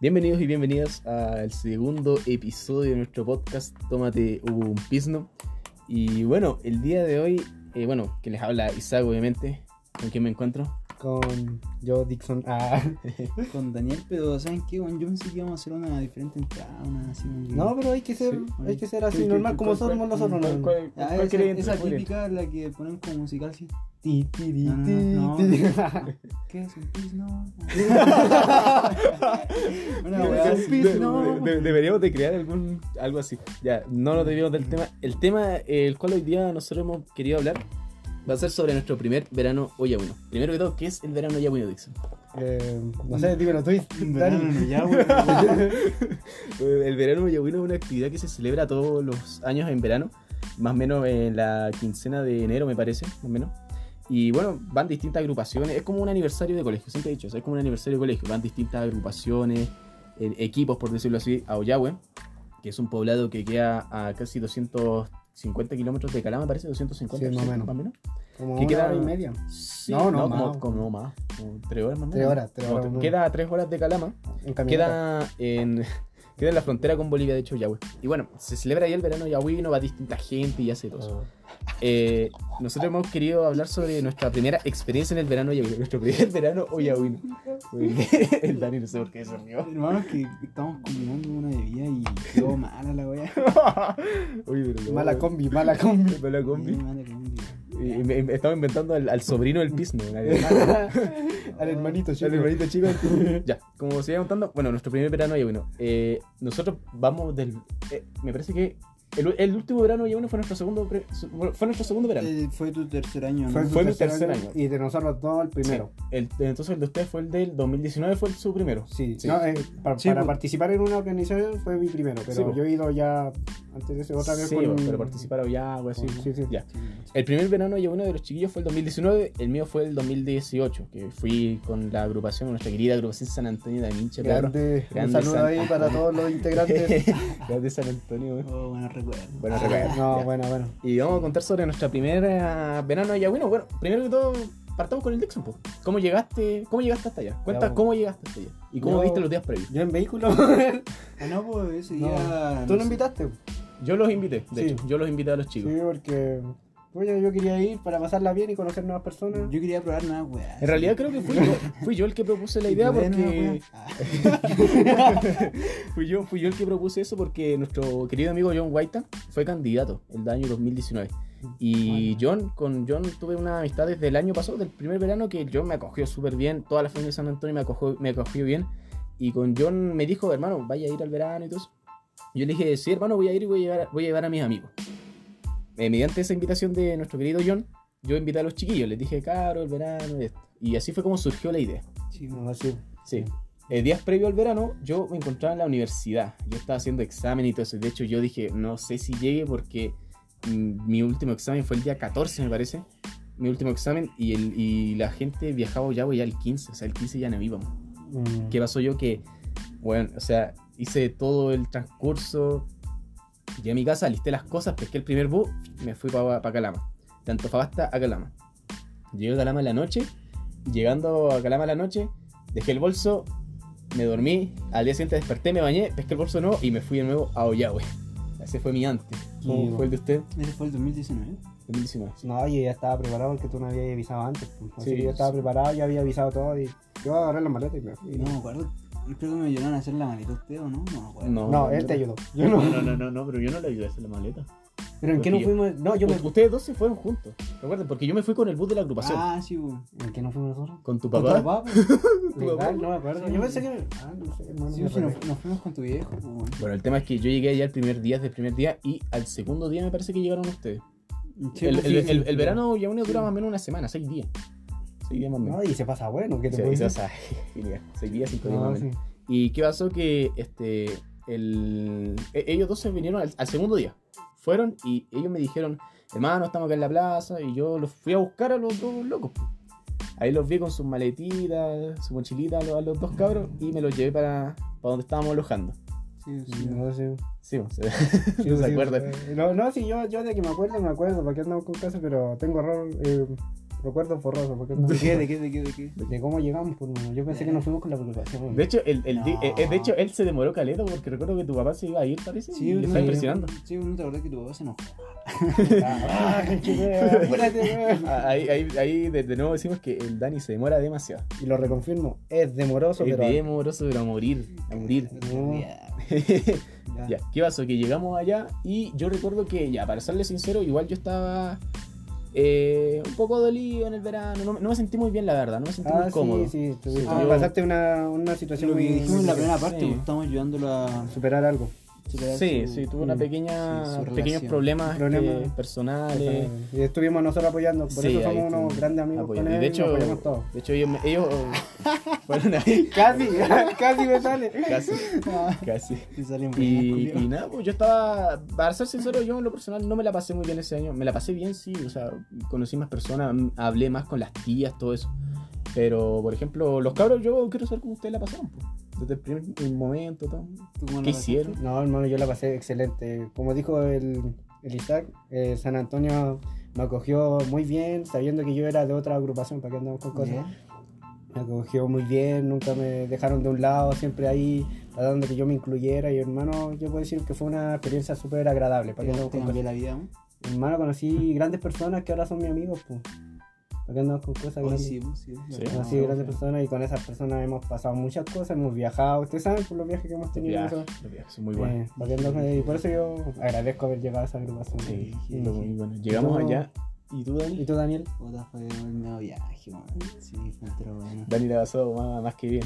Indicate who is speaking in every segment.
Speaker 1: Bienvenidos y bienvenidas al segundo episodio de nuestro podcast Tómate un Pisno. Y bueno, el día de hoy, eh, bueno, que les habla Isaac obviamente, con quien me encuentro.
Speaker 2: Con yo, Dixon. Ah.
Speaker 3: con Daniel, pero ¿saben qué? Bueno, yo pensé que íbamos a hacer una diferente entrada, una así. muy-
Speaker 2: No, pero hay que ser,
Speaker 1: Sí.
Speaker 2: hay que ser así,
Speaker 3: Sí,
Speaker 2: normal,
Speaker 3: sí,
Speaker 2: como
Speaker 3: cual-
Speaker 2: somos
Speaker 3: cual-
Speaker 2: nosotros.
Speaker 3: cual-
Speaker 2: ¿no?
Speaker 1: cuál-
Speaker 3: Ah,
Speaker 1: cuál
Speaker 3: esa,
Speaker 1: creen?
Speaker 3: esa
Speaker 1: ¿Cuál creen?
Speaker 3: típica, la que ponen como musical, ¿sí?
Speaker 2: Ti, ti, ti,
Speaker 3: No,
Speaker 1: Ah,
Speaker 3: no,
Speaker 2: ti,
Speaker 3: no.
Speaker 2: ti.
Speaker 3: ¿Qué es un pis? No.
Speaker 2: No,
Speaker 3: una
Speaker 2: ¿Qué
Speaker 3: weá
Speaker 2: es un
Speaker 3: así.
Speaker 2: pis?
Speaker 1: De- de-
Speaker 2: No.
Speaker 1: de- deberíamos de crear algún algo así. Ya, no nos debimos del tema. El tema eh, el cual hoy día nosotros hemos querido hablar va a ser sobre nuestro primer verano Oyabuno. Primero que todo, ¿qué es el verano Oyabuno, Dixon?
Speaker 2: Eh, no sé, dímelo tú,
Speaker 3: Un
Speaker 2: Dani.
Speaker 3: verano, ya, weón.
Speaker 1: Eh, El verano Oyabuno es una actividad que se celebra todos los años en verano, más o menos en la quincena de enero, me parece, más o menos. Y bueno, van distintas agrupaciones, es como un aniversario de colegio, siempre he dicho, o sea, es como un aniversario de colegio, van distintas agrupaciones, eh, equipos, por decirlo así, a Oyahue, que es un poblado que queda a casi 250 kilómetros de Calama, me parece, 250
Speaker 2: Sí, más o
Speaker 1: ¿cierto?
Speaker 2: menos. Como
Speaker 1: ¿Qué
Speaker 2: una
Speaker 1: queda?
Speaker 2: hora y media.
Speaker 1: Sí,
Speaker 2: No,
Speaker 1: no,
Speaker 2: no,
Speaker 1: como,
Speaker 2: más.
Speaker 1: como más, como tres horas más o
Speaker 2: Tres
Speaker 1: menos.
Speaker 2: horas, tres
Speaker 1: Como
Speaker 2: horas
Speaker 1: tre-
Speaker 2: más.
Speaker 1: Queda a tres horas de Calama,
Speaker 2: En camioneta.
Speaker 1: Queda en, queda en la frontera con Bolivia, de hecho, Yahweh. Y bueno, se celebra ahí el verano Yahweh, no va distinta gente y hace todo.
Speaker 2: Oh.
Speaker 1: eso. Eh, nosotros hemos querido hablar sobre nuestra primera experiencia en el verano Yahweh, nuestro primer verano o Yahweh. El Dani no sé por qué se rió.
Speaker 3: Hermano, que estamos combinando una bebida y quedó mala la weá.
Speaker 1: Oye, pero no,
Speaker 2: Mala
Speaker 1: weón.
Speaker 2: combi, mala combi.
Speaker 1: Mala combi.
Speaker 3: Sí, mala combi,
Speaker 1: Y- y- y- Estamos inventando al, al sobrino del Pisno. al-
Speaker 2: Al hermanito, chico.
Speaker 1: Al hermanito chico. ya, como seguía contando, bueno, nuestro primer verano ya bueno. eh, nosotros vamos del. eh, me parece que el, el último verano ya bueno fue nuestro segundo, pre- su- fue nuestro segundo verano.
Speaker 3: Eh, Fue tu tercer año,
Speaker 2: Fue,
Speaker 3: ¿no?
Speaker 2: su
Speaker 1: fue mi tercer año.
Speaker 2: Y de nosotros dos el primero.
Speaker 1: Sí. El- entonces el de ustedes fue el del 2019, fue el- su primero.
Speaker 2: Sí,
Speaker 1: Sí.
Speaker 2: No, eh, para,
Speaker 1: Sí,
Speaker 2: para
Speaker 1: pues.
Speaker 2: participar en una organización fue mi primero, pero
Speaker 1: Sí, pues.
Speaker 2: yo he ido ya antes de ese otra vez
Speaker 1: sí,
Speaker 2: con...
Speaker 1: pero participaron ya, algo así.
Speaker 2: Sí, sí.
Speaker 1: Ya.
Speaker 3: Sí, sí.
Speaker 1: El primer verano ya uno de los chiquillos fue el 2019, el mío fue el 2018, que fui con la agrupación, nuestra querida agrupación San Antonio de Minche, perro.
Speaker 2: Grande, un
Speaker 1: Grande
Speaker 2: saludo
Speaker 1: Santa.
Speaker 2: ahí para todos los integrantes.
Speaker 1: Grande San Antonio, weón.
Speaker 3: Oh, buenos recuerdos.
Speaker 1: Bueno,
Speaker 2: Ah,
Speaker 1: recuerdo.
Speaker 2: no,
Speaker 1: Ya.
Speaker 2: bueno, bueno.
Speaker 1: Y vamos a contar sobre nuestra primera verano ya bueno. Bueno, primero que todo, partamos con el Dixon, po. ¿Cómo llegaste, cómo llegaste hasta allá? Cuenta
Speaker 2: Ya, po.
Speaker 1: cómo llegaste hasta allá. Y cómo
Speaker 2: Yo-
Speaker 1: viste los días previos.
Speaker 2: Yo en vehículo.
Speaker 3: Ah, no, pues ese
Speaker 2: No.
Speaker 3: día.
Speaker 2: ¿Tú
Speaker 3: sé.
Speaker 2: lo invitaste?
Speaker 1: Yo los invité, de
Speaker 2: Sí.
Speaker 1: hecho. Yo los invité a los
Speaker 2: Sí,
Speaker 1: chicos.
Speaker 2: porque oye, yo quería ir para pasarla bien y conocer nuevas personas.
Speaker 3: Yo quería probar nada, weá.
Speaker 1: En realidad creo que fui yo, fui yo el que propuse la idea porque
Speaker 3: Ah.
Speaker 1: fui yo, fui yo el que propuse eso porque nuestro querido amigo John White fue candidato el año 2019. Y John, con John tuve una amistad desde el año pasado, del primer verano, que John me acogió súper bien, toda la familia de San Antonio me acogió, me acogió bien. Y con John me dijo, hermano, vaya a ir al verano y todo eso. Yo le dije, sí, hermano, voy a ir y voy a llevar, voy a, llevar a mis amigos. Eh, mediante esa invitación de nuestro querido John, yo invité a los chiquillos, les dije, caro, el verano, y esto. Y así fue como surgió la idea.
Speaker 3: Sí,
Speaker 2: No, así.
Speaker 1: Sí. Eh, días previo al verano, yo me encontraba en la universidad. Yo estaba haciendo examen y todo eso. De hecho, yo dije, no sé si llegue porque mm, mi último examen fue el día 14, me parece. Mi último examen y, el, y la gente viajaba ya, ya el 15. O sea, el 15 ya no íbamos.
Speaker 2: Mm.
Speaker 1: ¿Qué pasó yo? Que, bueno, o sea, hice todo el transcurso. Llegué a mi casa, listé las cosas, pesqué el primer bus, me fui para Calama. De Antofagasta a Calama. Llegué a Calama en la noche. Llegando a Calama en la noche, dejé el bolso, me dormí. Al día siguiente desperté, me bañé, pesqué el bolso de nuevo y me fui de nuevo a Ollagüe. Ese fue mi antes. ¿Cómo
Speaker 2: Sí,
Speaker 1: fue el de usted?
Speaker 3: Ese fue el 2019.
Speaker 1: 2019. sí.
Speaker 2: No, yo ya estaba preparado porque tú no habías avisado antes. pues. Así
Speaker 1: Sí,
Speaker 2: que yo estaba
Speaker 1: sí.
Speaker 2: preparado, ya había avisado todo y yo iba a agarrar la maleta y me fui.
Speaker 3: No me acuerdo. Creo que me ayudaron a hacer la maleta usted o no. No me acuerdo.
Speaker 2: No,
Speaker 1: no,
Speaker 2: él
Speaker 1: no.
Speaker 2: te ayudó. Yo no.
Speaker 1: no, no, no, pero yo no le ayudé a hacer la maleta.
Speaker 2: ¿Pero en qué no
Speaker 1: Porque
Speaker 2: fuimos? No, yo me...
Speaker 1: U- Ustedes dos se fueron juntos. Recuerden, porque yo me fui con el bus de la agrupación.
Speaker 3: Ah, sí, weón.
Speaker 2: ¿En qué no fuimos nosotros?
Speaker 1: Con tu
Speaker 2: ¿Con
Speaker 1: papá.
Speaker 2: pues? Legal, no me acuerdo.
Speaker 3: Sí.
Speaker 2: Yo pensé que... Ah, no sé, hermano.
Speaker 3: Sí,
Speaker 2: me
Speaker 3: sí, nos,
Speaker 2: arrepiento.
Speaker 3: nos fuimos con tu viejo, pues, weón.
Speaker 1: Bueno, el tema es que yo llegué allá el primer día, desde el primer día, y al segundo día me parece que llegaron ustedes.
Speaker 3: Sí,
Speaker 1: el,
Speaker 3: pues,
Speaker 1: el-
Speaker 3: sí,
Speaker 1: el-
Speaker 3: sí,
Speaker 1: el
Speaker 3: sí.
Speaker 1: verano ya uno dura más o menos una semana, seis días. Seis días más o menos.
Speaker 2: No, y se pasa bueno. ¿Qué te
Speaker 1: Sí,
Speaker 2: puedo
Speaker 1: sí, o
Speaker 2: decir?
Speaker 1: sea, genial. Seis días,
Speaker 3: Ah,
Speaker 1: cinco días más o
Speaker 2: No,
Speaker 1: menos.
Speaker 2: sí.
Speaker 1: ¿Y qué pasó? Que este, el, e- ellos dos se vinieron al, al segundo día. Fueron y ellos me dijeron, hermano, estamos acá en la plaza. Y yo los fui a buscar a los dos locos. po. Ahí los vi con sus maletitas, su mochilita, a los, a los dos cabros. Y me los llevé para, para donde estábamos alojando.
Speaker 3: Sí, sí, sí.
Speaker 2: No, sí.
Speaker 1: Sí, o sea,
Speaker 2: Sí,
Speaker 1: no se
Speaker 2: sí,
Speaker 1: acuerdan.
Speaker 2: eh, No, no, sí, yo, yo de que me acuerdo, me acuerdo, para que andamos con caso, pero tengo error eh, Recuerdos borrosos, porque
Speaker 3: ¿De qué? ¿De qué? ¿De qué? ¿De qué?
Speaker 2: de cómo llegamos, pues, hermano. Yo pensé que nos fuimos con la preocupación.
Speaker 1: De hecho, el, el di-
Speaker 3: No.
Speaker 1: eh, eh, de hecho, él se demoró caleta porque recuerdo que tu papá se iba a ir, parece. y le
Speaker 3: no,
Speaker 1: está
Speaker 3: sí.
Speaker 1: impresionando.
Speaker 3: Sí, no te acordás que tu papá se enojó.
Speaker 2: Ah, conchetumare, apúrate, weón.
Speaker 1: Ah, Ahí, ahí, ahí de, de nuevo decimos que el Dani se demora demasiado.
Speaker 2: Y lo reconfirmo, es demoroso,
Speaker 1: Es
Speaker 2: pero.
Speaker 1: demoroso, pero a morir. A morir.
Speaker 2: No.
Speaker 3: Ya,
Speaker 1: Ya, ¿qué pasó? Que llegamos allá y yo recuerdo que, ya, para serle sincero, igual yo estaba eh, un poco dolido en el verano. No, me- no me sentí muy bien, la verdad. No me sentí
Speaker 2: Ah,
Speaker 1: muy
Speaker 2: sí,
Speaker 1: cómodo.
Speaker 2: sí, tú-
Speaker 1: Sí,
Speaker 2: tú
Speaker 1: ah.
Speaker 2: pasaste una, una situación
Speaker 3: Lo que
Speaker 2: muy
Speaker 3: dijimos en la primera
Speaker 2: difícil.
Speaker 3: parte,
Speaker 1: Sí.
Speaker 3: pues, estamos ayudándolo a
Speaker 2: Superar algo.
Speaker 3: superar
Speaker 1: Sí,
Speaker 3: su-
Speaker 1: sí, tuve una
Speaker 2: mm,
Speaker 1: pequeña,
Speaker 3: sí, su
Speaker 1: pequeños
Speaker 3: relación.
Speaker 1: problemas
Speaker 2: Problema.
Speaker 1: eh, personales.
Speaker 2: Ah, Y estuvimos nosotros apoyando, por
Speaker 1: Sí,
Speaker 2: eso
Speaker 1: ahí
Speaker 2: somos unos
Speaker 1: estuvo.
Speaker 2: grandes amigos
Speaker 1: Apoyo.
Speaker 2: con
Speaker 1: Y
Speaker 2: él,
Speaker 1: de
Speaker 2: y
Speaker 1: hecho,
Speaker 2: nos apoyamos todos.
Speaker 1: de hecho ellos, me- ellos eh, fueron ahí
Speaker 2: Casi, casi me sale.
Speaker 1: casi,
Speaker 2: Ah.
Speaker 1: casi.
Speaker 3: Te salen buenas,
Speaker 1: Y,
Speaker 3: culiao.
Speaker 1: y nada, pues yo estaba, para ser sincero, yo en lo personal no me la pasé muy bien ese año. Me la pasé bien, sí, o sea, conocí más personas, m- hablé más con las tías, todo eso. Pero, por ejemplo, los cabros, yo quiero saber cómo ustedes la pasaron, pues. Desde el primer momento, todo.
Speaker 3: ¿Tú cómo la
Speaker 1: ¿Qué
Speaker 3: pasaste?
Speaker 1: hicieron?
Speaker 2: No, hermano, yo la pasé excelente. Como dijo el, el Isaac, eh, San Antonio me acogió muy bien, sabiendo que yo era de otra agrupación, para que andamos con cosas.
Speaker 3: Ya.
Speaker 2: Me acogió muy bien, nunca me dejaron de un lado, siempre ahí tratando de que yo me incluyera. Y hermano, yo puedo decir que fue una experiencia súper agradable, para que
Speaker 3: Te-
Speaker 2: andamos
Speaker 3: Te
Speaker 2: con
Speaker 3: cambió
Speaker 2: cosas.
Speaker 3: la vida, ¿no?
Speaker 2: Hermano, conocí grandes personas que ahora son mis amigos, pues. Para que andamos con cosas
Speaker 3: Hoy
Speaker 2: grandes.
Speaker 3: sí, pues, sí. la
Speaker 1: Sí.
Speaker 3: verdad.
Speaker 2: Conocí grandes personas y con esas personas hemos pasado muchas cosas, hemos viajado. Ustedes saben por los viajes que hemos
Speaker 1: Los
Speaker 2: tenido.
Speaker 1: viajes,
Speaker 2: nosotros.
Speaker 1: los viajes son muy buenos.
Speaker 2: Eh, volviendo- y por eso yo agradezco haber llegado a esa agrupación.
Speaker 1: Sí,
Speaker 2: Y-
Speaker 1: lo- muy bueno. Llegamos
Speaker 2: Eh, ¿Y tú?
Speaker 1: allá. ¿Y tú, Dani?
Speaker 2: ¿Y tú, Daniel?
Speaker 3: Puta, fue un nuevo viaje, man. Sí, fue entero bueno.
Speaker 1: Dani la pasó más, más que bien.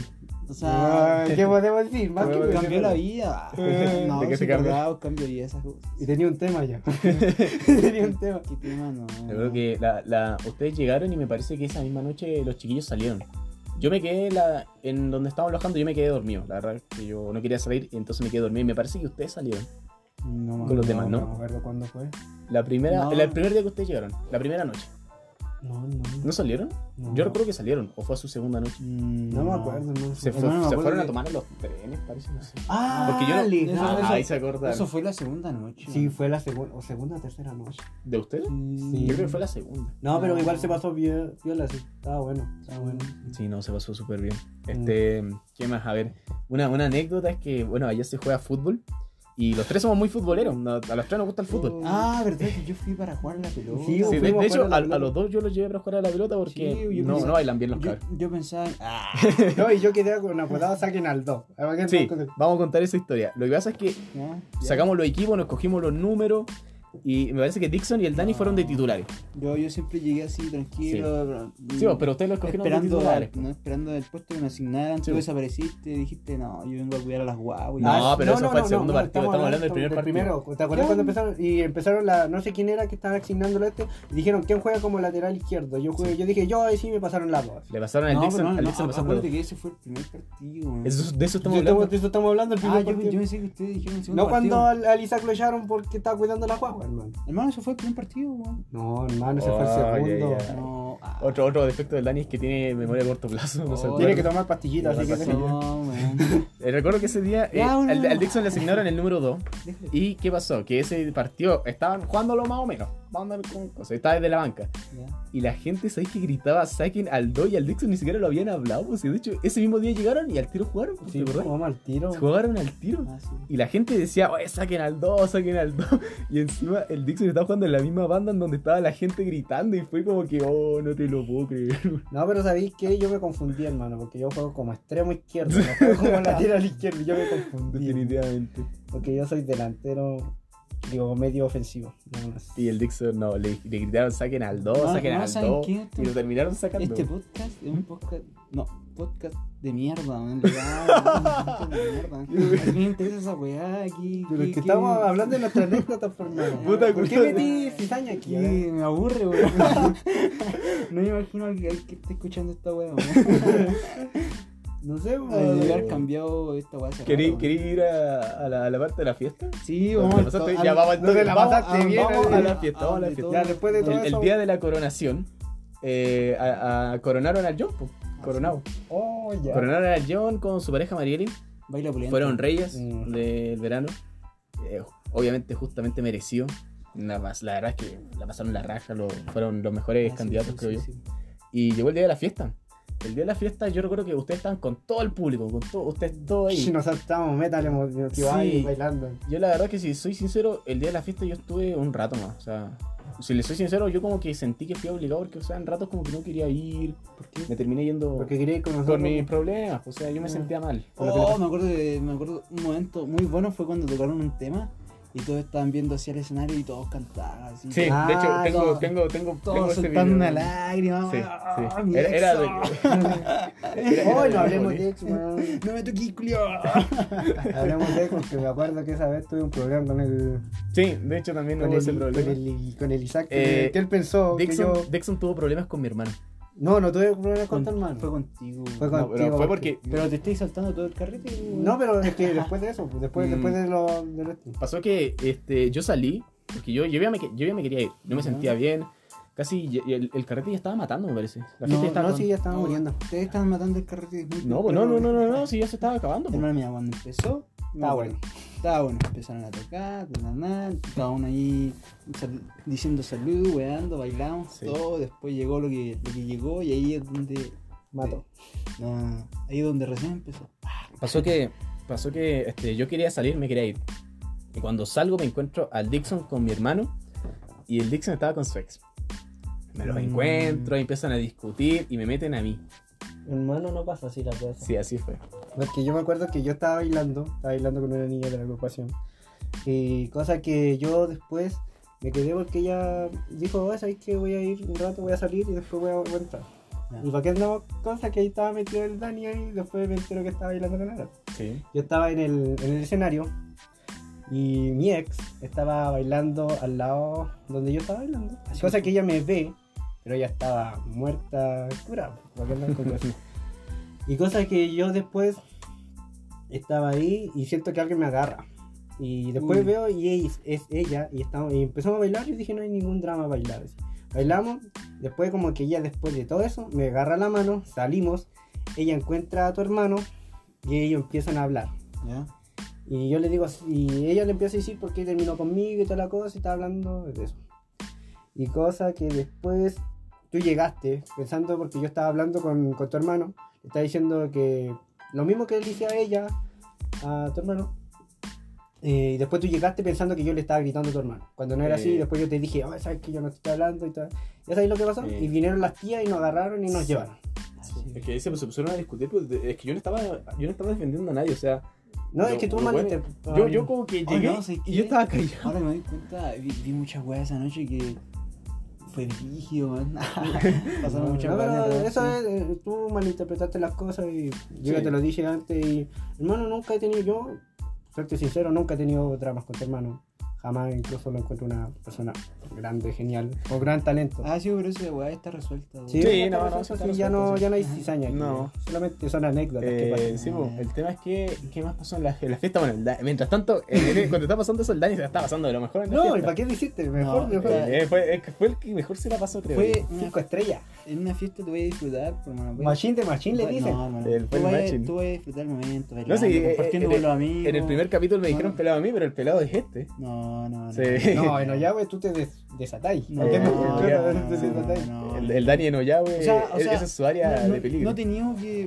Speaker 3: O sea,
Speaker 2: Ay, ¿Qué podemos decir? Más que
Speaker 1: Podemos
Speaker 2: me
Speaker 1: decir
Speaker 3: cambió la
Speaker 2: vida.
Speaker 3: vida.
Speaker 1: Eh,
Speaker 3: No,
Speaker 1: ¿de qué
Speaker 3: se
Speaker 1: se cambió?
Speaker 3: cambió? cambio y esas cosas.
Speaker 2: Y tenía un tema ya. tenía un tema.
Speaker 3: ¿Qué tema no?
Speaker 1: Yo creo que la, la- ustedes llegaron y me parece que esa misma noche los chiquillos salieron. Yo me quedé la, en donde estábamos alojando, yo me quedé dormido. La verdad que yo no quería salir, y entonces me quedé dormido. Y me parece que ustedes salieron.
Speaker 3: No, man.
Speaker 1: Con los demás, ¿no?
Speaker 2: No me acuerdo cuándo fue.
Speaker 1: La primera,
Speaker 3: No.
Speaker 1: la- El primer día que ustedes llegaron, la primera noche.
Speaker 2: No, no.
Speaker 1: ¿No salieron?
Speaker 2: no.
Speaker 1: Yo recuerdo que salieron, o fue su segunda noche.
Speaker 3: Mm,
Speaker 2: No me acuerdo, no.
Speaker 1: Se,
Speaker 2: sé.
Speaker 1: fue-
Speaker 3: Hermano, me
Speaker 1: se
Speaker 3: acuerdo
Speaker 1: fueron a
Speaker 3: que-
Speaker 1: tomar en los trenes, parece, no sé.
Speaker 3: Ah,
Speaker 1: Porque yo no-
Speaker 3: le- eso-
Speaker 1: Ah,
Speaker 3: eso-
Speaker 1: ahí se acordaron.
Speaker 3: Eso fue la segunda noche.
Speaker 2: Sí, fue la segunda, o segunda o tercera noche.
Speaker 1: ¿De ustedes?
Speaker 3: Sí.
Speaker 1: Yo creo que fue la segunda.
Speaker 2: No, pero
Speaker 3: No.
Speaker 2: igual se pasó bien, viola, sí. Estaba bueno, estaba bueno.
Speaker 1: Sí, no, se pasó súper bien.
Speaker 3: Mm.
Speaker 1: Este, ¿qué más? A ver, una, una anécdota es que, bueno, allá se juega fútbol y los tres somos muy futboleros. no- a los tres nos gusta el fútbol.
Speaker 3: Ah, verdad que yo fui para jugar la pelota.
Speaker 2: Sí,
Speaker 1: Sí, de,
Speaker 2: fuimos
Speaker 1: de
Speaker 2: a
Speaker 1: hecho,
Speaker 2: jugar a
Speaker 1: a,
Speaker 2: la
Speaker 1: a
Speaker 2: pelota.
Speaker 1: los dos yo los llevé para jugar a la pelota porque
Speaker 3: Sí, yo
Speaker 1: no,
Speaker 3: pensaba-
Speaker 1: no bailan bien los
Speaker 3: yo,
Speaker 1: cabros.
Speaker 3: yo pensaba. Ah,
Speaker 2: No, y yo quedé con apodado saquen al 2.
Speaker 1: Sí, vamos a contar esa historia. Lo que pasa es que
Speaker 3: ya, ya.
Speaker 1: sacamos los equipos, nos cogimos los números y me parece que Dixon y el Dani
Speaker 3: No.
Speaker 1: fueron de titulares.
Speaker 3: Yo, yo siempre llegué así, tranquilo. mm,
Speaker 1: Sí, vos, pero ustedes los cogieron de
Speaker 3: esperando,
Speaker 1: titulares.
Speaker 3: no, esperando el puesto que me asignaran,
Speaker 1: Sí,
Speaker 3: tú
Speaker 1: vos.
Speaker 3: desapareciste, dijiste, no, yo vengo a cuidar a las guaguas. Ah,
Speaker 2: Ah,
Speaker 1: No, pero eso fue el segundo partido, estamos hablando del primer
Speaker 2: Primero, ¿te acuerdas cuando empezaron? Y empezaron la, no sé quién era que estaba asignándolo a este, y dijeron, ¿quién juega como lateral izquierdo? Yo jugué, yo dije, yo ahí sí me pasaron las dos.
Speaker 1: Le pasaron al Dixon,
Speaker 3: no,
Speaker 1: al
Speaker 3: no,
Speaker 1: Dixon pasó
Speaker 3: acuérdate
Speaker 1: por-
Speaker 3: que ese fue el primer partido. man.
Speaker 1: Eso- de eso estamos
Speaker 2: Yo
Speaker 1: hablando.
Speaker 2: estamos- de eso estamos hablando, el primer
Speaker 3: Ah, yo,
Speaker 2: partido.
Speaker 3: yo pensé que ustedes dijeron el segundo
Speaker 2: no
Speaker 3: partido.
Speaker 2: cuando al, al Isaac lo echaron porque estaba cuidando la guagua, hermano.
Speaker 3: Hermano, eso fue el primer partido, weón.
Speaker 2: No, hermano, ese
Speaker 1: Oh,
Speaker 2: fue el segundo.
Speaker 1: ya, ya.
Speaker 3: No, ah,
Speaker 1: Otro, otro defecto del Dani es que tiene memoria a corto plazo. no se
Speaker 3: Oh,
Speaker 2: Tiene
Speaker 1: acuerda.
Speaker 2: que tomar pastillitas, así que
Speaker 1: Tiene
Speaker 2: déjalo.
Speaker 3: No, man.
Speaker 1: Eh, Recuerdo que ese día eh,
Speaker 3: Ya, una-
Speaker 1: al, al Dixon le asignaron el número 2.
Speaker 3: Déjale.
Speaker 1: ¿Y qué pasó? Que ese partido estaban jugándolo más o menos. Vamos a andar con cosas. Estaba desde la banca.
Speaker 3: Ya.
Speaker 1: Y la gente, ¿sabes que Gritaba saquen al 2 y al Dixon ni siquiera lo habían hablado. Pues, y de hecho, ese mismo día llegaron y al tiro jugaron. pues,
Speaker 2: Sí,
Speaker 1: ¿te acordás?
Speaker 2: vamos al tiro.
Speaker 1: Jugaron al tiro.
Speaker 3: Ah, sí.
Speaker 1: Y la gente decía, oye, saquen al 2, saquen al 2. Y encima el Dixon estaba jugando en la misma banda en donde estaba la gente gritando. Y fue como que, oh, no te lo puedo creer.
Speaker 2: No, pero sabéis que yo me confundí, hermano, porque yo juego como extremo izquierdo, no juego como lateral izquierdo, yo me confundí.
Speaker 1: Definitivamente.
Speaker 2: Porque yo soy delantero, digo, medio ofensivo. nada más.
Speaker 1: Y el Dixon, no, le, le gritaron, saquen al 2,
Speaker 3: Ah, No,
Speaker 1: saquen
Speaker 3: no,
Speaker 1: al
Speaker 3: ¿saben
Speaker 1: 2.
Speaker 3: qué?
Speaker 1: Y lo terminaron sacando.
Speaker 3: Este podcast es un podcast. No, podcast de mierda, man. Le da- un podcast de mierda. ¿A quién le interesa esa weá aquí?
Speaker 2: Pero es que
Speaker 3: ¿Qué- qué-
Speaker 2: estamos hablando de nuestras anécdotas, hermano.
Speaker 1: Puta,
Speaker 2: ¿Por qué
Speaker 1: cultura.
Speaker 2: metí cizaña aquí?
Speaker 3: Aquí me aburre, weón. No me imagino al que, al que esté escuchando esta weá,
Speaker 2: No sé, pues,
Speaker 3: Voy a llegar
Speaker 2: weón.
Speaker 3: cambiado esta weá. hace
Speaker 1: ¿Querí,
Speaker 3: rato,
Speaker 1: querí ir a, a la, a la parte de la fiesta?
Speaker 3: Sí,
Speaker 1: Donde
Speaker 3: vamos.
Speaker 1: pasaste-
Speaker 3: a-
Speaker 1: ya
Speaker 3: a-
Speaker 1: vamos, entonces,
Speaker 2: la
Speaker 1: vamos,
Speaker 2: pasaste
Speaker 1: a-
Speaker 2: bien,
Speaker 1: vamos
Speaker 3: eh.
Speaker 2: así.
Speaker 1: a la fiesta, vamos a la
Speaker 3: Donde
Speaker 1: fiesta.
Speaker 2: Ya, después de
Speaker 1: El,
Speaker 2: todo
Speaker 1: el
Speaker 2: eso.
Speaker 1: día de la coronación, eh, a- a- coronaron al John, po.
Speaker 3: Ah,
Speaker 1: coronado.
Speaker 2: Oh, ya.
Speaker 1: Coronaron al John con su pareja Marieli.
Speaker 3: Baila pulenta.
Speaker 1: Fueron reyes
Speaker 2: Mm.
Speaker 1: del verano. Eh, obviamente, justamente merecido. Nada más, la verdad es que la pasaron la raja, lo- fueron los mejores
Speaker 3: Ah, sí,
Speaker 1: candidatos,
Speaker 3: sí,
Speaker 1: creo
Speaker 3: sí,
Speaker 1: yo.
Speaker 3: sí.
Speaker 1: Y llegó el día de la fiesta. El día de la fiesta, yo recuerdo que ustedes estaban con todo el público, con todo, ustedes todos ahí.
Speaker 2: Si nos saltamos metal motivados
Speaker 1: Sí.
Speaker 2: y bailando.
Speaker 1: Yo la verdad que si soy sincero, el día de la fiesta yo estuve un rato más. O sea, si le soy sincero, yo como que sentí que fui obligado porque, o sea, en ratos como que no quería ir.
Speaker 3: ¿Por qué?
Speaker 1: Me terminé yendo
Speaker 2: Porque quería ir con nosotros.
Speaker 1: por mis problemas. O sea, yo me
Speaker 2: Ah.
Speaker 1: sentía mal.
Speaker 2: Con la pelota.
Speaker 3: Oh, me acuerdo de, me acuerdo un momento muy bueno fue cuando tocaron un tema y todos estaban viendo hacia el escenario y todos cantaban así.
Speaker 1: Sí,
Speaker 2: Ah,
Speaker 1: de hecho, tengo,
Speaker 3: todo-
Speaker 1: tengo, tengo, tengo
Speaker 3: Todos
Speaker 1: ese
Speaker 3: soltando
Speaker 1: video.
Speaker 3: una lágrima.
Speaker 1: Sí, sí.
Speaker 3: Ah, mi
Speaker 1: Era- era
Speaker 3: ex,
Speaker 2: Hoy no
Speaker 1: Era-
Speaker 2: hablemos de ex, weón.
Speaker 3: ah, No me toqué, culiao.
Speaker 2: Hablemos de ex porque me acuerdo que esa vez tuve un problema con el.
Speaker 1: Sí, de hecho también
Speaker 2: Con
Speaker 1: hubo ese
Speaker 2: el, con
Speaker 1: problema.
Speaker 2: el, con el Isaac, que-
Speaker 1: Eh,
Speaker 2: que él pensó
Speaker 1: Dixon,
Speaker 2: que yo.
Speaker 1: Dixon tuvo problemas con mi hermano.
Speaker 2: No, no tuve problemas con tu
Speaker 3: Fue
Speaker 2: hermano.
Speaker 3: contigo.
Speaker 2: Fue
Speaker 1: No,
Speaker 2: contigo.
Speaker 1: pero fue porque
Speaker 3: Pero te estáis saltando todo el carrete.
Speaker 2: No, pero es que después de eso, pues, después,
Speaker 1: Mm.
Speaker 2: después de lo. de lo-
Speaker 1: pasó que este, yo salí, porque yo, yo, ya me, que- yo ya me quería ir, no me
Speaker 3: Ajá.
Speaker 1: sentía bien. Casi y- y el, el carrete ya estaba matando, me parece. La gente
Speaker 2: No,
Speaker 1: estaba
Speaker 2: no,
Speaker 1: con-
Speaker 2: sí, ya estaba muriendo.
Speaker 3: Ustedes estaban matando el carrete. muy
Speaker 1: No, pues no, no, no, no, no, sí, ya se estaba acabando. pues.
Speaker 3: Hermano, mira, cuando empezó,
Speaker 2: Está bueno.
Speaker 3: Estaba bueno, empezaron a tocar, ta, ta, ta, cada uno ahí sal- diciendo salud, weando, bailamos,
Speaker 1: Sí.
Speaker 3: todo, después llegó lo que, lo que llegó y ahí es donde...
Speaker 2: Mato.
Speaker 3: No, no, no, ahí es donde recién empezó.
Speaker 1: Pasó que, pasó que este, yo quería salir, me quería ir. Y cuando salgo me encuentro al Dixon con mi hermano y el Dixon estaba con su ex. Me los
Speaker 3: Mm.
Speaker 1: encuentro, empiezan a discutir y me meten a mí.
Speaker 4: Hermano, no pasa así la cosa.
Speaker 1: Sí, así fue.
Speaker 2: Porque yo me acuerdo que yo estaba bailando, estaba bailando con una niña de la agrupación. Y cosa que yo después me quedé porque ella dijo, oh, sabéis que voy a ir un rato, voy a salir y después voy a volver.
Speaker 3: Ya.
Speaker 2: Y para qué andaba cosa que ahí estaba metido el Dani y después me entero que estaba bailando con Ara.
Speaker 1: Sí.
Speaker 2: Yo estaba en el, en el escenario y mi ex estaba bailando al lado donde yo estaba bailando. cosa que ella me ve, pero ella estaba muerta, curada. ¿para qué andar con cosas? y cosa que yo después estaba ahí y siento que alguien me agarra. Y después
Speaker 3: Uy.
Speaker 2: veo y es, es ella y, estamos, y empezamos a bailar y dije no hay ningún drama bailar. así. Bailamos, después como que ella después de todo eso me agarra la mano, salimos, ella encuentra a tu hermano y ellos empiezan a hablar.
Speaker 3: ¿Ya?
Speaker 2: Y yo le digo, así- y ella le empieza a decir por qué terminó conmigo y toda la cosa, y está hablando de eso. Y cosa que después tú llegaste, pensando, porque yo estaba hablando con, con tu hermano, le estaba diciendo que lo mismo que le hice a ella, a tu hermano. eh, Y después tú llegaste pensando que yo le estaba gritando a tu hermano. Cuando no era así,
Speaker 1: Eh.
Speaker 2: después yo te dije, "Ay, sabes que yo no te estoy hablando y tal. ¿Ya sabéis lo que pasó?
Speaker 1: Eh.
Speaker 2: Y vinieron las tías y nos agarraron y nos llevaron.
Speaker 3: Así.
Speaker 1: Es que ahí se se pusieron a discutir, pues, de- es que yo no estaba, yo no estaba defendiendo a nadie, o sea,
Speaker 2: No,
Speaker 1: Lo-
Speaker 2: es que tú
Speaker 1: lo
Speaker 2: mal
Speaker 1: bueno- yo, yo como que
Speaker 3: Ay,
Speaker 1: llegué
Speaker 3: no, sé
Speaker 1: y
Speaker 3: qué.
Speaker 1: yo estaba callado.
Speaker 3: Ahora que me di cuenta, vi, vi muchas weas esa noche que fue rígido, man. Pasaron muchas
Speaker 2: No,
Speaker 3: weas.
Speaker 2: pero
Speaker 3: de
Speaker 2: eso
Speaker 3: rato.
Speaker 2: es, eh, tú malinterpretaste las cosas y yo
Speaker 1: Sí.
Speaker 2: ya te lo dije antes y hermano nunca he tenido yo, serte sincero, nunca he tenido dramas con tu hermano. Jamás incluso lo encuentro una persona grande, genial, con gran talento.
Speaker 3: Ah, sí, pero esa wea está resuelta. weón.
Speaker 1: Sí,
Speaker 2: ¿verdad?
Speaker 1: no,
Speaker 2: Pero
Speaker 1: no,
Speaker 2: eso
Speaker 1: está
Speaker 2: sí, ya
Speaker 1: resuelto,
Speaker 2: no,
Speaker 1: sí.
Speaker 2: ya no hay
Speaker 3: Ajá.
Speaker 2: cizaña. aquí,
Speaker 1: No.
Speaker 2: Solamente son anécdotas que
Speaker 1: Eh,
Speaker 2: pasan.
Speaker 1: sí, po, el tema es que, ¿qué más pasó en la, en la fiesta? Bueno, el da- mientras tanto, el- el- cuando está pasando eso, el Dani se la está pasando de lo mejor en la
Speaker 2: No, ¿y
Speaker 1: fiesta.
Speaker 2: para qué lo hiciste? Mejor,
Speaker 3: No,
Speaker 2: mejor.
Speaker 3: eh,
Speaker 1: Eh, fue, eh, fue el que mejor se la pasó, creo.
Speaker 3: Fue una-
Speaker 2: Cinco estrellas.
Speaker 3: en una fiesta te voy a disfrutar, pero, hermano. voy a-
Speaker 2: Machín de machín le
Speaker 3: Bueno,
Speaker 2: dicen.
Speaker 3: No, hermano.
Speaker 1: El
Speaker 3: Tú vas-
Speaker 1: matching.
Speaker 3: tú vas a disfrutar el momento,
Speaker 1: No, sí,
Speaker 3: bailando,
Speaker 1: eh,
Speaker 3: compartiendo
Speaker 1: eh,
Speaker 3: con los amigos.
Speaker 1: En el primer capítulo me
Speaker 3: No,
Speaker 1: dijeron
Speaker 3: no.
Speaker 1: pelado a mí, pero el pelado es este.
Speaker 3: No, no, no.
Speaker 1: Sí.
Speaker 2: No, en Ollave tú te des- desatáis.
Speaker 3: No,
Speaker 2: ¿Por qué me-
Speaker 1: no,
Speaker 2: tú
Speaker 3: no,
Speaker 2: te desatáis?
Speaker 3: no, no.
Speaker 1: El, el Dani en Ollave,
Speaker 3: O sea, o
Speaker 1: eh,
Speaker 3: sea,
Speaker 1: esa es su área
Speaker 3: no, no-
Speaker 1: de peligro.
Speaker 3: No teníamos que.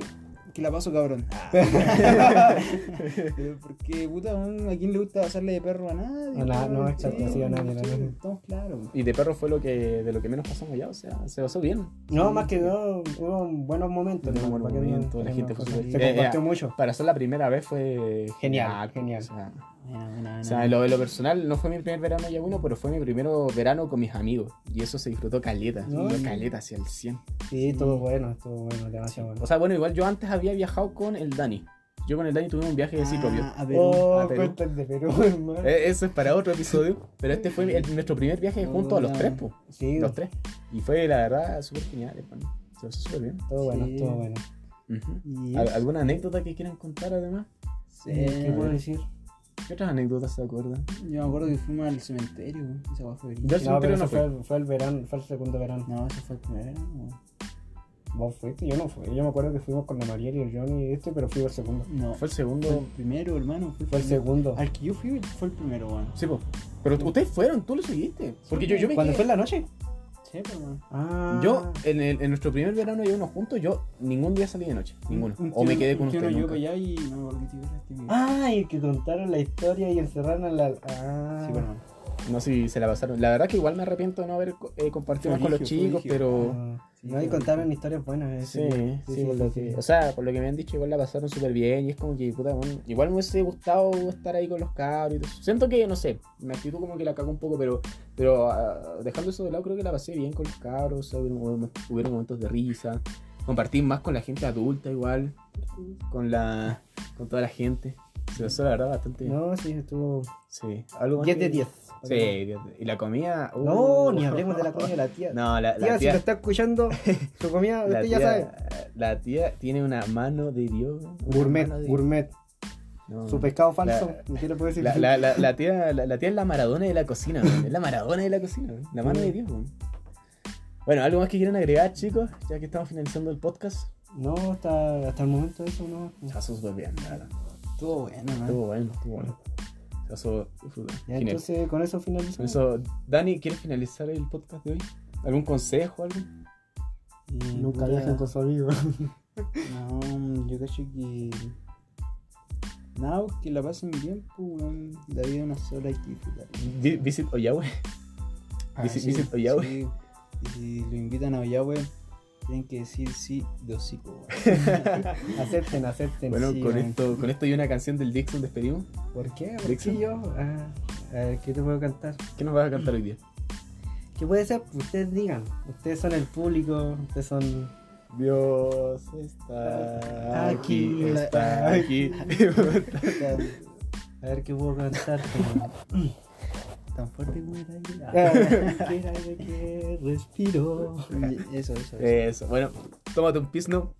Speaker 3: Que la paso cabrón.
Speaker 1: Ah.
Speaker 3: Pero Porque, puta, weón, ¿a quién le gusta hacerle de perro a nadie?
Speaker 2: A na- no,
Speaker 3: weón?
Speaker 2: exacto, sí, a nadie, a
Speaker 3: sí,
Speaker 2: nadie.
Speaker 3: Estamos claros. weón.
Speaker 1: Y de perro fue lo que, de lo que menos pasamos ya, o sea, se pasó bien.
Speaker 2: No, más que no, hubo buenos momentos.
Speaker 1: Hubo
Speaker 2: ¿no?
Speaker 1: buenos
Speaker 2: Porque no-
Speaker 1: momentos, la
Speaker 2: no,
Speaker 1: gente
Speaker 2: no,
Speaker 1: fue
Speaker 2: se
Speaker 1: súper- eh,
Speaker 2: compartió
Speaker 1: eh,
Speaker 2: mucho.
Speaker 1: Para ser la primera vez fue
Speaker 2: Genial,
Speaker 1: O sea,
Speaker 3: Buena, buena, buena.
Speaker 1: O sea, en lo, en lo personal no fue mi primer verano ya uno, pero fue mi primer verano con mis amigos. Y eso se disfrutó caleta, se
Speaker 2: No,
Speaker 1: disfrutó
Speaker 2: sí.
Speaker 1: caleta hacia el 100.
Speaker 2: Sí, estuvo bueno, estuvo bueno, demasiado
Speaker 1: O
Speaker 2: bueno.
Speaker 1: sea, bueno, igual yo antes había viajado con el Dani. Yo con el Dani tuvimos un viaje así propio.
Speaker 3: Ah, a ver,
Speaker 2: Oh,
Speaker 1: a Perú.
Speaker 2: cuentas de Perú, hermano.
Speaker 1: Eh, Eso es para otro episodio, pero este fue el- nuestro primer viaje juntos a los tres, po.
Speaker 2: Oh, Sí,
Speaker 1: Los tres. Y fue, la verdad, súper genial, hermano. Se pasó súper bien.
Speaker 2: estuvo bueno,
Speaker 3: Sí.
Speaker 2: estuvo bueno.
Speaker 1: Ujú.
Speaker 3: y-
Speaker 1: ¿Al- ¿Alguna anécdota que quieran contar, además?
Speaker 3: Sí,
Speaker 2: ¿Qué puedo
Speaker 1: bueno.
Speaker 2: decir?
Speaker 1: ¿Qué otras anécdotas se acuerdan?
Speaker 3: Yo me acuerdo que fuimos al cementerio. weón. Esa weá fue
Speaker 1: Yo al
Speaker 2: No,
Speaker 1: cementerio
Speaker 2: pero
Speaker 1: no
Speaker 2: eso
Speaker 1: fui.
Speaker 2: fue, fue el verano, fue el segundo verano.
Speaker 3: No, ese fue el primero. ¿no?
Speaker 2: Vos fuiste, yo no fui. Yo me acuerdo que fuimos con la María y el Johnny y este, pero fui el segundo.
Speaker 1: Fue
Speaker 3: No,
Speaker 1: el
Speaker 3: fue el
Speaker 1: segundo.
Speaker 3: primero, hermano.
Speaker 2: Fue el
Speaker 3: primero.
Speaker 2: segundo.
Speaker 3: Al que yo fui fue el primero, weón.
Speaker 1: Sí, po. Pero ustedes fueron, tú lo seguiste. Porque yo, yo me
Speaker 2: ¿Cuándo
Speaker 1: quedé-
Speaker 2: fue en la noche?
Speaker 3: Sí, pero, weón.
Speaker 2: Ah.
Speaker 1: Yo, en, el- en nuestro primer verano y uno juntos, yo ningún día salí de noche. Ninguno.
Speaker 3: Un
Speaker 1: O me
Speaker 3: tío-
Speaker 1: quedé
Speaker 3: un
Speaker 1: con
Speaker 3: tío
Speaker 1: ustedes.
Speaker 3: nos llevó
Speaker 1: nunca.
Speaker 3: para allá y no, porque te ibas a este video.
Speaker 2: Ah, y que contaron la historia y encerraron a la. Ah.
Speaker 3: Sí, pero,
Speaker 1: No sé si se la pasaron. La verdad que igual me arrepiento de no haber co- eh, compartido
Speaker 3: Fue
Speaker 1: más con los
Speaker 3: brígido,
Speaker 1: chicos,
Speaker 3: fue
Speaker 1: pero.
Speaker 3: brígido.
Speaker 2: Ah,
Speaker 3: Sí,
Speaker 2: no, y
Speaker 3: pero-
Speaker 2: contaron historias buenas. eh,
Speaker 1: Sí, sí, por lo que,
Speaker 2: sí.
Speaker 1: o sea, por lo que me han dicho, igual la pasaron súper bien y es como que, puta, bueno, igual me hubiese gustado estar ahí con los cabros y todo eso. Siento que, no sé, mi actitud como que la cago un poco, pero pero ah, dejando eso de lado, creo que la pasé bien con los cabros, o sea, hubieron, hubieron- hubieron momentos de risa, compartí más con la gente adulta igual, con la con toda la gente. Se pasó la verdad bastante bien.
Speaker 2: No, sí, estuvo.
Speaker 1: Sí, algo más
Speaker 2: 10
Speaker 1: que-
Speaker 2: de 10.
Speaker 1: Sí, 10 de- y la comida.
Speaker 2: No,
Speaker 1: uh,
Speaker 2: ni hablemos de la comida de la tía.
Speaker 1: No, la, la
Speaker 2: tía, si
Speaker 1: tía-
Speaker 2: lo está escuchando, su comida,
Speaker 1: la
Speaker 2: usted
Speaker 1: tía,
Speaker 2: ya sabe.
Speaker 1: la tía tiene una mano de Dios. una
Speaker 2: Gourmet,
Speaker 1: mano de-
Speaker 2: gourmet.
Speaker 1: No.
Speaker 2: Su pescado falso.
Speaker 1: La-
Speaker 2: ni siquiera puedo decir.
Speaker 1: La, la- la- la tía, la, la tía es la maradona de la cocina, weón. es la maradona de la cocina, weón. la mano de Dios. weón. Bueno, ¿algo más que quieran agregar, chicos? Ya que estamos finalizando el podcast.
Speaker 2: No, hasta, hasta el momento eso no.
Speaker 1: Pasó súper bien, la verdad.
Speaker 2: Ah.
Speaker 3: Estuvo bueno, man.
Speaker 1: Estuvo bueno, estuvo bueno. Pasó súper bien.
Speaker 2: Ya,
Speaker 1: Genial.
Speaker 2: entonces con eso finalizamos.
Speaker 1: Con eso, Dani, ¿quieres finalizar el podcast de hoy? ¿Algún consejo? Algo?
Speaker 3: Y,
Speaker 2: Nunca
Speaker 3: puta,
Speaker 2: viajen con su amigo.
Speaker 3: No, yo cacho que. Nada, pues, que la pasen bien, pues, weón. La vida es una sola hay que disfrutarla.
Speaker 1: Vi- Visit Oyahue. Visit-
Speaker 3: sí,
Speaker 1: visit Oyahue.
Speaker 3: sí. Y si lo invitan a Oyahue, tienen que decir sí de hocico, weón.
Speaker 2: acepten, acepten.
Speaker 1: Bueno,
Speaker 2: sí,
Speaker 1: con,
Speaker 2: man.
Speaker 1: esto, con esto y una canción del Dixon despedimos.
Speaker 2: ¿Por qué? ¿Por
Speaker 1: Dixon.
Speaker 2: qué yo? Ah, a ver, ¿qué te puedo cantar?
Speaker 1: ¿Qué nos vas a cantar hoy día?
Speaker 2: ¿Qué puede ser? Ustedes digan. Ustedes son el público, ustedes son.
Speaker 1: Dios está
Speaker 2: Aquí,
Speaker 1: aquí, está
Speaker 2: la-
Speaker 1: aquí.
Speaker 3: Tan-
Speaker 2: A ver qué puedo cantar.
Speaker 3: Tan fuerte como el aire.
Speaker 2: Ah, ¿Qué era de qué respiro?
Speaker 3: Y Eso, eso, eso.
Speaker 1: Eso, bueno, tómate un pisno.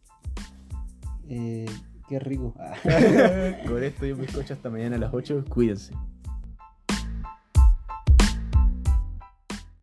Speaker 3: Eh, qué rico. Ah.
Speaker 1: Con esto yo me escucho hasta mañana a las 8. Cuídense.